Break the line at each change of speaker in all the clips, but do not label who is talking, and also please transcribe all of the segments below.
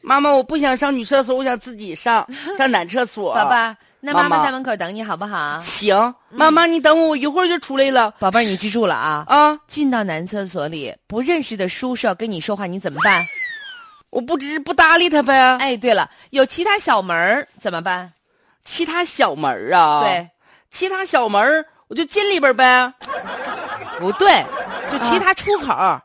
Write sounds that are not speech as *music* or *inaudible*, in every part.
妈妈，我不想上女厕所，我想自己
*laughs*
上上男厕所。
宝贝儿，那
妈
妈妈
妈
在门口等你好不好？嗯
行，妈妈你等我，我一会儿就出来了
宝贝儿，你记住了啊！
啊！
进到男厕所里，不认识的叔叔要跟你说话，你怎么办？
我不知不搭理他呗。
哎，对了，有其他小门儿怎么办？
其他小门儿啊，，
对，啊
其他小门儿我就进里边儿呗。
不对，就其他出口儿。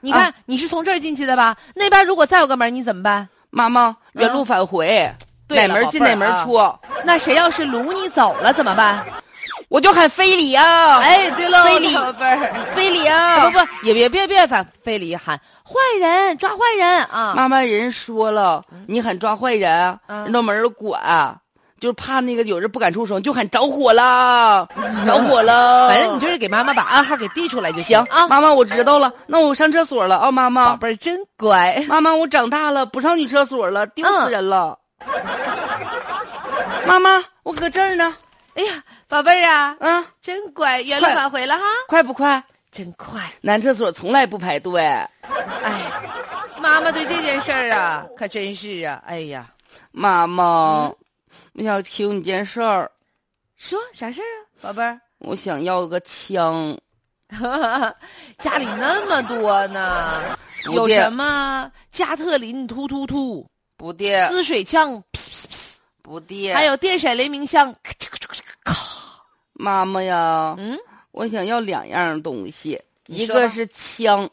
你看、你是从这儿进去的吧？那边如果再有个门儿，你怎么办？
妈妈，原路返回，
嗯对了
哪门儿进
宝贝
哪
儿啊
门儿出，
那谁要是掳你走了怎么办？
我就喊非礼啊！
哎，对喽，
非礼
宝贝儿，
非礼啊！
不不，也别别别反非礼喊坏人抓坏人啊！
妈妈，人说了，你喊抓坏人，
嗯
人都没人管，就是怕那个有人不敢出声，就喊着火了，着火了。
嗯反正你就是给妈妈把暗号给递出来就
行
啊。
妈妈，我知道了，那我上厕所了啊，妈
宝
妈。
贝儿真乖。 *laughs*
妈妈，我长大了，不上女厕所了，丢
嗯
死人了。妈妈，我搁这儿呢，
哎呀，宝贝儿啊，
啊，
真乖，原路
快
返回了哈，
快不快？
真快。
男厕所从来不排队。
哎呀，妈妈对这件事儿 *laughs* 啊，可真是啊，哎呀，
妈妈，
嗯
我想求你件事儿，
说啥事儿啊，宝贝儿？ *laughs*
我想要个枪。
家里那么多呢，
不
有
对
什么加特林突突突、
不对，
滋水枪，
不对，
还有电闪雷鸣枪，咔嚓咔嚓咔嚓咔
妈妈呀，
嗯，
我想要两样东西，
你
一
说吧
个是枪，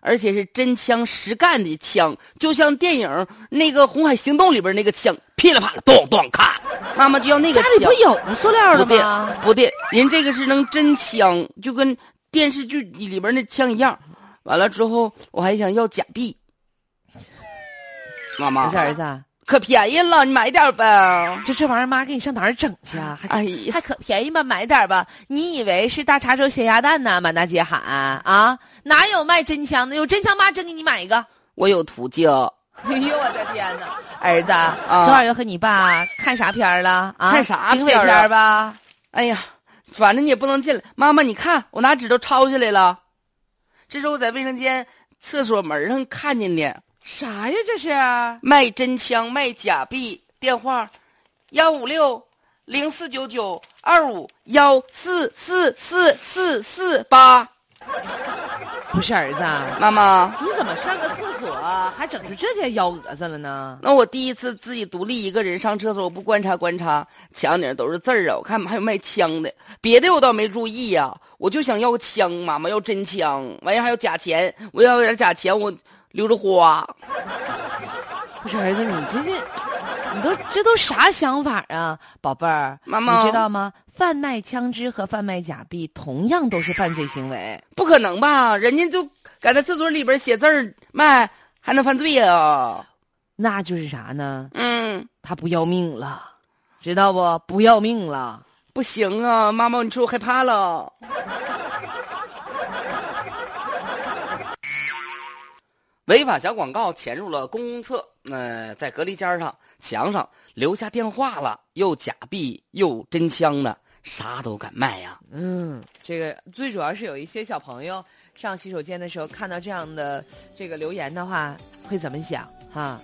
而且是真枪实干的枪，就像电影儿那个《红海行动》里边那个枪，噼里啪啦咚咚咔。妈妈就要那个
家
枪。
里不有塑料的
不对
吗？
不对，人这个是能真枪，就跟电视剧里边那枪一样。完了之后，我还想要假币。妈
不
妈
是，儿子，
可便宜了，你买点儿呗。
就这玩意儿，妈给你上哪儿整去啊？还
哎呀，
还可便宜吧，买点儿吧。你以为是大碴粥咸鸭蛋呢？满大街喊啊，哪有卖真枪的？有真枪，妈真给你买一个。 *laughs*
我有途径。
哎呦我的天哪！儿子，昨晚又和你爸啊看啥片儿了？啊，
看啥
警匪
片儿啊
片儿吧？
哎呀，反正你也不能进来。妈妈，你看我拿纸都抄下来了。这是我在卫生间厕所门上看见的，
啊啥呀？这是
卖真枪，卖假币，电话幺五六零四九九二五幺四四四四四八。
不是儿子？
妈妈，
你怎么上个厕所还整出这件幺蛾子了呢？
那我第一次自己独立一个人上厕所，我不观察观察，墙顶都是字儿啊，我看还有卖枪的，别的我倒没注意呀、我就想要个枪，妈妈要真枪，完了还有假钱，我要点假钱，我留着花。
不是儿子，你这是，你都这都啥想法啊，宝贝儿？
妈妈
你知道吗？贩卖枪支和贩卖假币同样都是犯罪行为。
不可能吧？人家就敢在厕所里边写字儿卖，还能犯罪呀、
那就是啥呢？
嗯，
他不要命了，知道不？不要命了。
不行啊，妈妈，你说我害怕了。违法小广告潜入了公厕，呃，在隔离间儿上、墙上留下电话了，又假币又真枪的，啥都敢卖啊呀、
嗯，这个最主要是有一些小朋友上洗手间的时候看到这样的这个留言的话，会怎么想哈、